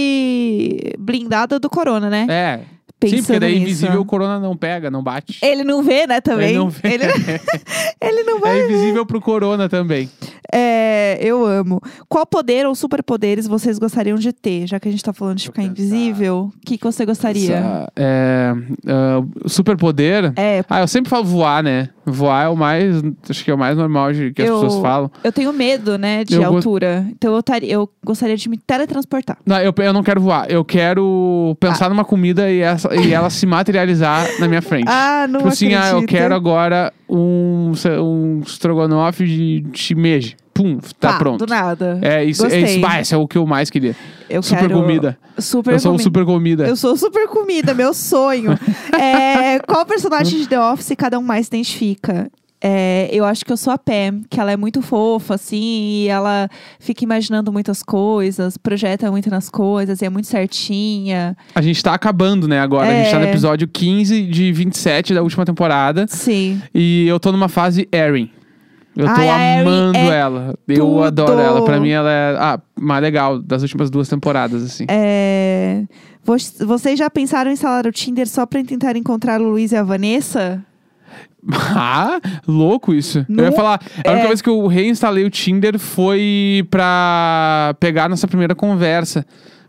S1: e blindada do corona, né?
S2: É.
S1: Pensando
S2: Sim, porque daí
S1: nisso.
S2: invisível o corona não pega, não bate.
S1: Ele não vê, né, também?
S2: Ele não vê.
S1: Ele,
S2: (laughs)
S1: (laughs) ele não vai.
S2: É invisível pro corona também.
S1: É, eu amo. Qual poder ou superpoderes vocês gostariam de ter? Já que a gente tá falando de
S2: Deixa eu
S1: ficar
S2: pensar.
S1: invisível, o que, que você gostaria?
S2: Essa- é, ah, superpoder.
S1: É,
S2: Ah, eu sempre falo voar, né? Voar é o mais. Acho que é o mais normal de- que
S1: Eu-
S2: as pessoas falam.
S1: eu tenho medo, né, de
S2: Eu go-
S1: altura. Então eu, tari- eu gostaria de me teletransportar.
S2: Não, eu, eu não quero voar. Eu quero
S1: Ah.
S2: pensar numa comida e, essa- e ela se materializar na minha frente.
S1: Ah, não
S2: tipo assim, ah, eu
S1: acredito.
S2: quero agora um, sei- um estrogonofe de shimeji. Pum, tá, pronto.
S1: Do nada.
S2: É isso, é
S1: Gostei.
S2: isso, bah, esse é o que eu mais queria.
S1: Eu
S2: super
S1: quero-
S2: comida.
S1: Super
S2: eu sou um
S1: comida.
S2: super comida.
S1: Eu sou super comida, meu sonho. É, qual personagem de The Office cada um mais se identifica? É, eu acho que eu sou a Pam, que ela é muito fofa, assim, e ela fica imaginando muitas coisas, projeta muito nas coisas, e é muito certinha.
S2: A gente tá acabando, né, agora. A gente tá no
S1: É.
S2: episódio 15 de 27 da última temporada.
S1: Sim.
S2: E eu tô numa fase Erin. Eu tô
S1: Ai, a Erin
S2: amando
S1: é
S2: ela.
S1: tudo.
S2: Eu adoro ela. Pra mim, ela é a mais legal das últimas duas temporadas, assim.
S1: É, vo- vocês já pensaram em instalar o Tinder só pra tentar encontrar o Luiz e a Vanessa?
S2: (laughs) Ah, louco isso.
S1: Não-
S2: eu ia falar, a única
S1: é.
S2: vez que eu reinstalei o Tinder foi pra pegar nossa primeira conversa.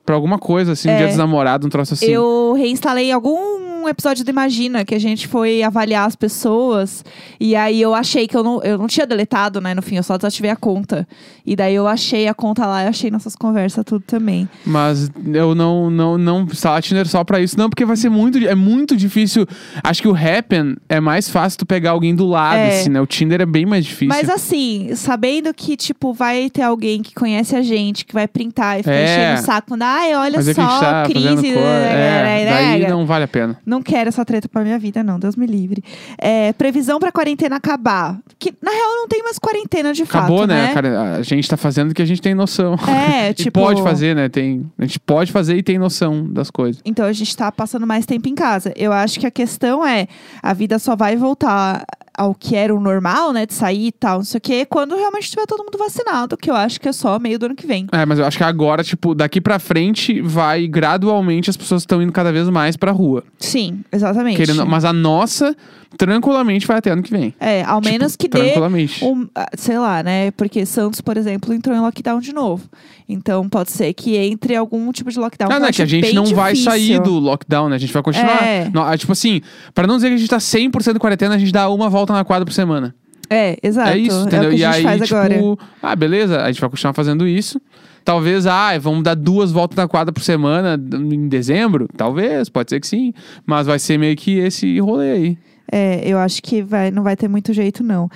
S2: Pra alguma coisa, assim, um
S1: É.
S2: dia dos namorados, um troço assim.
S1: Eu reinstalei algum episódio do Imagina, que a gente foi avaliar as pessoas. E aí eu achei que eu não, eu não tinha deletado, né? No fim, eu só desativei a conta. E daí eu achei a conta lá, eu achei nossas conversas tudo também.
S2: Mas eu não, não, não instalar Tinder só pra isso, não, porque vai ser muito, é muito difícil. Acho que o Happen é mais fácil tu pegar alguém do lado,
S1: É.
S2: assim, né? O Tinder é bem mais difícil.
S1: Mas assim, sabendo que, tipo, vai ter alguém que conhece a gente, que vai printar e ficar
S2: É.
S1: enchendo o saco, ai, olha
S2: Mas é que a gente
S1: só,
S2: tá fazendo
S1: crise. né,
S2: cor. É, daí não vale a pena.
S1: Não quero essa treta pra minha vida, não. Deus me livre. É, previsão pra quarentena acabar. Que, na real, não tem mais quarentena de
S2: Acabou,
S1: fato,
S2: né?
S1: né?
S2: Cara, a gente tá fazendo o que a gente tem noção.
S1: É,
S2: E
S1: tipo...
S2: pode fazer, né? Tem, a gente pode fazer e tem noção das coisas.
S1: Então a gente tá passando mais tempo em casa. Eu acho que a questão é: a vida só vai voltar ao que era o normal, né? De sair e tal, não sei o quê, quando realmente tiver todo mundo vacinado, que eu acho que é só meio do ano que vem.
S2: É, mas eu acho que agora, tipo, daqui pra frente vai gradualmente as pessoas estão indo cada vez mais pra rua.
S1: Sim, exatamente.
S2: Querendo, mas a nossa, tranquilamente, vai até ano que vem.
S1: É, ao
S2: Tipo,
S1: menos que dê
S2: Tranquilamente.
S1: um- ah, sei lá, né? Porque Santos, por exemplo, entrou em lockdown de novo. Então pode ser que entre algum tipo de lockdown.
S2: Ah,
S1: eu
S2: não, é
S1: acho
S2: que a gente
S1: bem
S2: não vai
S1: difícil.
S2: sair do lockdown, né? A gente vai continuar.
S1: É.
S2: Não, ah, tipo assim, pra não dizer que a gente tá 100% quarentena, a gente dá uma volta na quadra por semana.
S1: É, exato.
S2: é isso, entendeu?
S1: o que
S2: e
S1: a gente
S2: aí,
S1: faz
S2: tipo,
S1: agora.
S2: ah, beleza, a gente vai continuar fazendo isso. Talvez, ah, vamos dar duas voltas na quadra por semana em dezembro? Talvez, pode ser que sim. Mas vai ser meio que esse rolê aí.
S1: É, eu acho que vai, não vai ter muito jeito, não.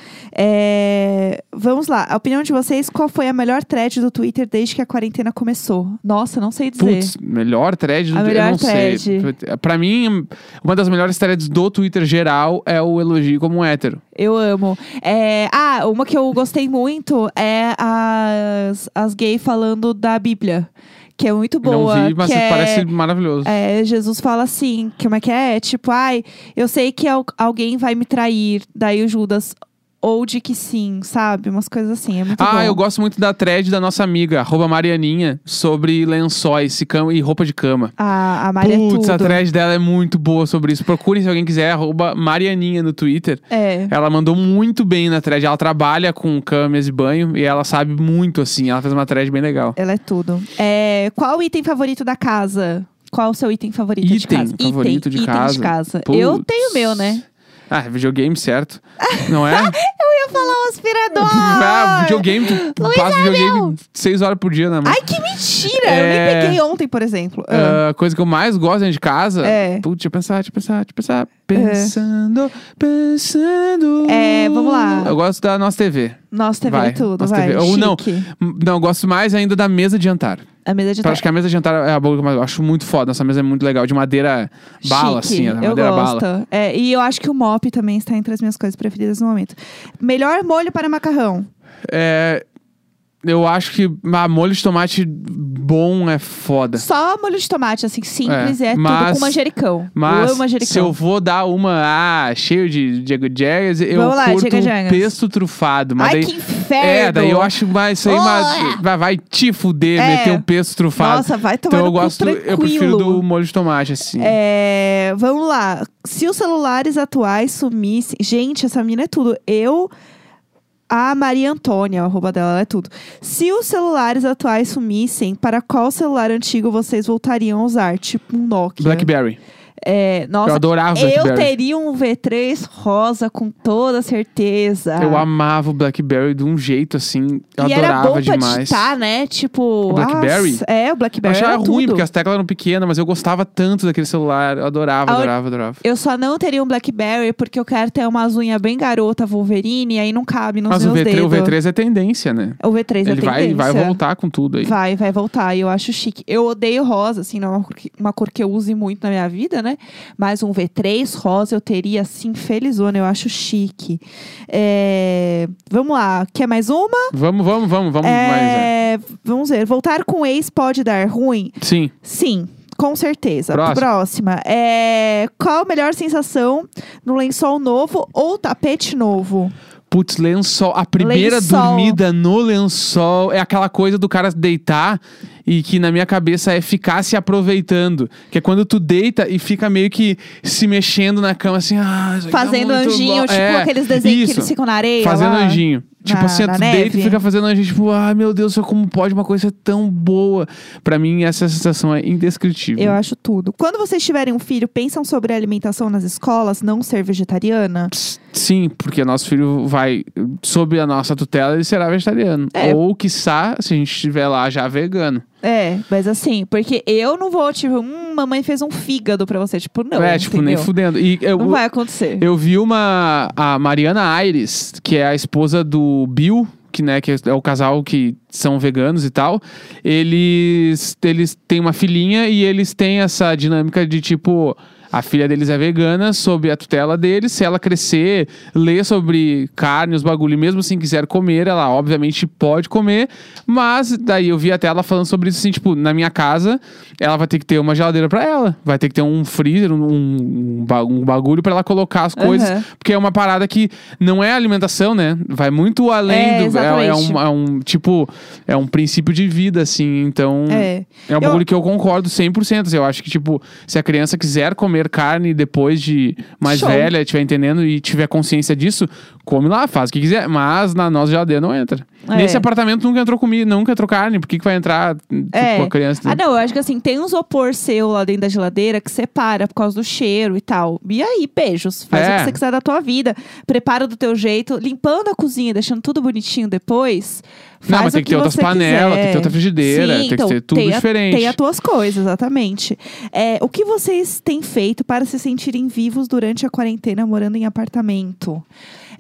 S1: É, vamos lá. A opinião de vocês, qual foi a melhor thread do Twitter desde que a quarentena começou? Nossa, não sei dizer.
S2: Putz, melhor thread do
S1: A
S2: Eu
S1: melhor
S2: não sei.
S1: thread.
S2: Pra mim, uma das melhores threads do Twitter geral é o elogio como um hétero.
S1: Eu amo. É, ah, uma que eu gostei muito é as, as gays falando da Bíblia. Que é muito boa.
S2: não vi, mas
S1: que é-
S2: parece maravilhoso.
S1: É, Jesus fala assim, como é que é? É Tipo, ai, eu sei que al- alguém vai me trair. Daí o Judas, ou de que sim, sabe? Umas coisas assim, é muito
S2: Ah,
S1: bom.
S2: eu gosto muito da thread da nossa amiga, arroba Marianinha, sobre lençóis e, cama- e roupa de cama.
S1: A, a Maria
S2: Putz,
S1: é
S2: a
S1: tudo.
S2: thread dela é muito boa sobre isso. Procurem se alguém quiser, arroba Marianinha no Twitter.
S1: É,
S2: Ela mandou muito bem na thread. Ela trabalha com camas e banho e ela sabe muito, assim. Ela fez uma thread bem legal.
S1: ela é tudo. É, qual o item favorito da casa? Qual o seu item favorito de
S2: Item
S1: casa?
S2: favorito de
S1: item
S2: casa?
S1: de casa.
S2: Putz.
S1: Eu tenho o meu, né?
S2: Ah, videogame, certo?
S1: (laughs)
S2: Não é?
S1: Eu ia falar o aspirador!
S2: (laughs) ah, videogame, tu
S1: Luiz
S2: passa videogame
S1: Abel.
S2: seis horas por dia né, na mão.
S1: é Ai, que mentira! Eu
S2: É.
S1: nem peguei ontem, por exemplo. Ah.
S2: Ah, coisa que eu mais gosto dentro de casa.
S1: É.
S2: Putz, deixa eu pensar, deixa eu pensar, deixa eu pensar. Pensando, pensando.
S1: É, vamos lá.
S2: Eu gosto da nossa TV.
S1: Nossa, TV
S2: vai,
S1: é tudo,
S2: nossa
S1: vai.
S2: TV. Ou um, não.
S1: Chique.
S2: M- Não, eu gosto mais ainda da mesa de jantar.
S1: A mesa de
S2: Eu acho que a mesa de jantar é a boa, mas eu acho muito foda. Nossa mesa é muito legal, de madeira bala,
S1: Chique.
S2: assim. é
S1: eu
S2: madeira
S1: gosto.
S2: bala.
S1: É, e eu acho que o mop também está entre as minhas coisas preferidas no momento. Melhor molho para macarrão.
S2: É, eu acho que ah, molho de tomate bom é foda.
S1: Só molho de tomate, assim, simples,
S2: É,
S1: e é
S2: mas-
S1: tudo com manjericão. eu
S2: Mas
S1: amo manjericão.
S2: se eu vou dar uma ah, cheio de Diego Jaggers, eu
S1: Vamos lá,
S2: curto um
S1: Diego Jaggers.
S2: pesto trufado. Mas
S1: Ai,
S2: daí,
S1: que inferno!
S2: É, daí eu acho mais isso aí,
S1: Oh,
S2: mas, vai, vai te fuder,
S1: É.
S2: meter um pesto trufado.
S1: Nossa, vai tomar
S2: então eu
S1: no cu,
S2: gosto, eu prefiro
S1: tranquilo.
S2: do molho de tomate, assim.
S1: É, vamos lá. Se os celulares atuais sumissem. Gente, essa menina é tudo. Eu. A Maria Antônia, a roupa dela, ela é tudo. Se os celulares atuais sumissem, para qual celular antigo vocês voltariam a usar? Tipo um Nokia.
S2: Blackberry.
S1: É,
S2: eu
S1: nossa,
S2: adorava o
S1: eu
S2: Blackberry.
S1: teria um V3 rosa com toda certeza.
S2: Eu amava o Blackberry de um jeito, assim. Eu
S1: Ah. e
S2: adorava
S1: era bom pra
S2: demais.
S1: digitar, né? Tipo.
S2: O Blackberry?
S1: as- é, o
S2: Eu
S1: Blackberry.
S2: achava
S1: era
S2: ruim,
S1: tudo.
S2: porque as teclas eram pequenas, mas eu gostava tanto daquele celular. Eu adorava,
S1: A ori-
S2: adorava, adorava.
S1: Eu só não teria um Blackberry porque eu quero ter uma unha bem garota Wolverine e aí não cabe nos
S2: Mas o
S1: meus
S2: V3,
S1: dedos.
S2: o V3 é tendência, né?
S1: O V3 é
S2: Ele vai,
S1: tendência.
S2: vai voltar com tudo aí.
S1: Vai, vai voltar. E eu acho chique. Eu odeio rosa, assim, não é uma cor, que, uma cor que eu use muito na minha vida, né? Mas um V3 rosa eu teria, assim, felizona. Eu acho chique. É, Vamos lá. Quer mais uma?
S2: Vamos, vamos, vamos, vamos mais. é.
S1: É, Vamos ver. Voltar com ex pode dar ruim?
S2: Sim.
S1: Sim, com certeza.
S2: Próxima.
S1: É, qual a melhor sensação no lençol novo ou tapete novo?
S2: Putz, lençol. A primeira
S1: Lençol.
S2: dormida no lençol é aquela coisa do cara deitar e que na minha cabeça é ficar se aproveitando. Que é quando tu deita e fica meio que se mexendo na cama, assim, ah, isso aqui tá
S1: Fazendo
S2: muito
S1: anjinho,
S2: bom.
S1: tipo
S2: É,
S1: aqueles desenhos
S2: isso,
S1: que eles ficam na areia.
S2: Fazendo
S1: lá.
S2: anjinho. Tipo
S1: na-
S2: assim,
S1: na
S2: tu deita e
S1: neve.
S2: fica fazendo anjinho, tipo, ah, meu Deus, do céu, como pode uma coisa ser tão boa? Pra mim, essa sensação é indescritível.
S1: Eu acho tudo. Quando vocês tiverem um filho, pensam sobre alimentação nas escolas, não ser vegetariana?
S2: Sim, porque nosso filho vai, sob a nossa tutela, ele será vegetariano.
S1: É.
S2: Ou, quiçá, se a gente estiver lá já vegano.
S1: É, mas assim, porque eu não vou, tipo, hum, mamãe fez um fígado pra você. Tipo, não.
S2: é, tipo, nem
S1: entendeu?
S2: fudendo. E eu,
S1: Não vai acontecer.
S2: eu vi uma. A Mariana Aires, que é a esposa do Bill, que, né, que é o casal que são veganos e tal. Eles, eles têm uma filhinha e eles têm essa dinâmica de tipo. A filha deles é vegana, sob a tutela deles. Se ela crescer, ler sobre carne, os bagulho, e mesmo assim quiser comer, ela obviamente pode comer. Mas daí eu vi até ela falando sobre isso assim, tipo, na minha casa, ela vai ter que ter uma geladeira pra ela. Vai ter que ter um freezer, um, um, ba- um bagulho pra ela colocar as coisas.
S1: Aham.
S2: Porque é uma parada que não é alimentação, né? Vai muito além
S1: É,
S2: do. É, é
S1: exatamente.
S2: um, é um, tipo, é um princípio de vida, assim. Então.
S1: É.
S2: É um
S1: Eu-
S2: bagulho que eu concordo 100%. assim, Eu acho que, tipo, se a criança quiser comer carne depois de mais
S1: Show.
S2: velha, estiver entendendo e tiver consciência disso, come lá, faz o que quiser. Mas na nossa geladeira não entra.
S1: É.
S2: Nesse apartamento nunca entrou comida, nunca entrou carne. Por que, que vai entrar tipo,
S1: É.
S2: com a criança?
S1: Ah, não, eu acho que assim, tem um isopor seu lá dentro da geladeira que separa por causa do cheiro e tal. E aí, beijos. Faz
S2: É.
S1: o que você quiser da tua vida. Prepara do teu jeito, limpando a cozinha, deixando tudo bonitinho depois. Faz
S2: Não, mas
S1: o
S2: tem que ter outras
S1: você
S2: panelas,
S1: quiser.
S2: tem que ter outra frigideira,
S1: Sim,
S2: tem que
S1: então,
S2: ter tudo
S1: tem a-
S2: diferente.
S1: Tem as tuas coisas, exatamente. É, o que vocês têm feito para se sentirem vivos durante a quarentena morando em apartamento?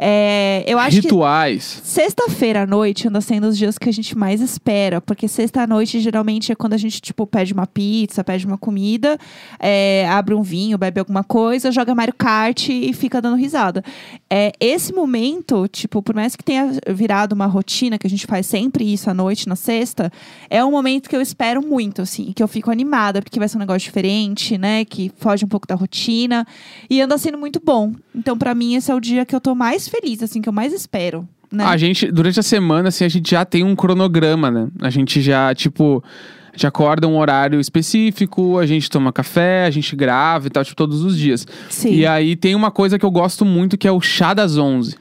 S1: É, eu acho que
S2: Rituais.
S1: Sexta-feira à noite anda sendo os dias que a gente mais espera, porque sexta à noite geralmente é quando a gente, tipo, pede uma pizza, pede uma comida, é, abre um vinho, bebe alguma coisa, joga Mario Kart e fica dando risada. É, esse momento, tipo, por mais que tenha virado uma rotina, que a gente faz sempre isso à noite, na sexta, é um momento que eu espero muito, assim, que eu fico animada, porque vai ser um negócio diferente, né, que foge um pouco da rotina, e anda sendo muito bom. Então, pra mim, esse é o dia que eu tô mais feliz, assim, que eu mais espero. Né?
S2: A gente, durante a semana, assim, a gente já tem um cronograma, né? A gente já, tipo, a gente acorda um horário específico, a gente toma café, a gente grava e tal, tipo, todos os dias.
S1: Sim.
S2: E aí tem uma coisa que eu gosto muito, que é o chá das 11.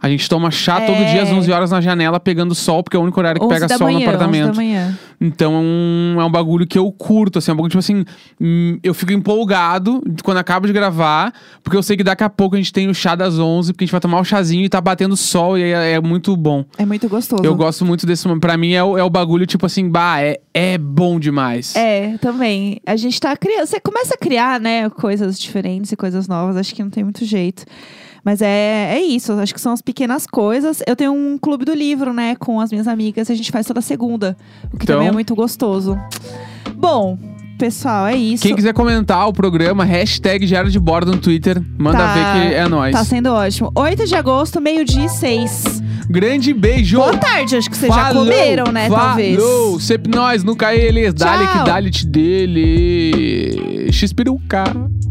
S2: A gente toma chá
S1: É.
S2: todo dia às 11 horas na janela, pegando sol, porque é o único horário que
S1: 11
S2: pega
S1: da
S2: sol
S1: manhã,
S2: no
S1: 11 da
S2: apartamento.
S1: manhã.
S2: Então é um, é um bagulho que eu curto, assim, é um bagulho tipo assim, hum, eu fico empolgado quando acabo de gravar, porque eu sei que daqui a pouco a gente tem o chá das 11, porque a gente vai tomar o chazinho e tá batendo sol e aí é, é muito bom.
S1: É muito gostoso.
S2: Eu gosto muito desse momento. Pra mim é o, é o bagulho tipo assim, bah, é, é bom demais.
S1: É, também. A gente tá criando. Você começa a criar, né? Coisas diferentes e coisas novas. Acho que não tem muito jeito. Mas é, é isso. Acho que são as pequenas coisas. Eu tenho um clube do livro, né? Com as minhas amigas. A gente faz toda segunda. O que
S2: Então-
S1: também é muito gostoso. Bom, pessoal, é isso.
S2: Quem quiser comentar o programa, hashtag Diário de Bordo no Twitter, manda
S1: Tá.
S2: ver que é nóis.
S1: Tá sendo ótimo. 8 de agosto, meio-dia e 6.
S2: Grande beijo!
S1: Boa tarde, acho que vocês já
S2: Falou,
S1: comeram, né?
S2: falou.
S1: Talvez.
S2: Sempre nós, nunca eles. Dale que
S1: Tchau.
S2: dale te dele. X peruca.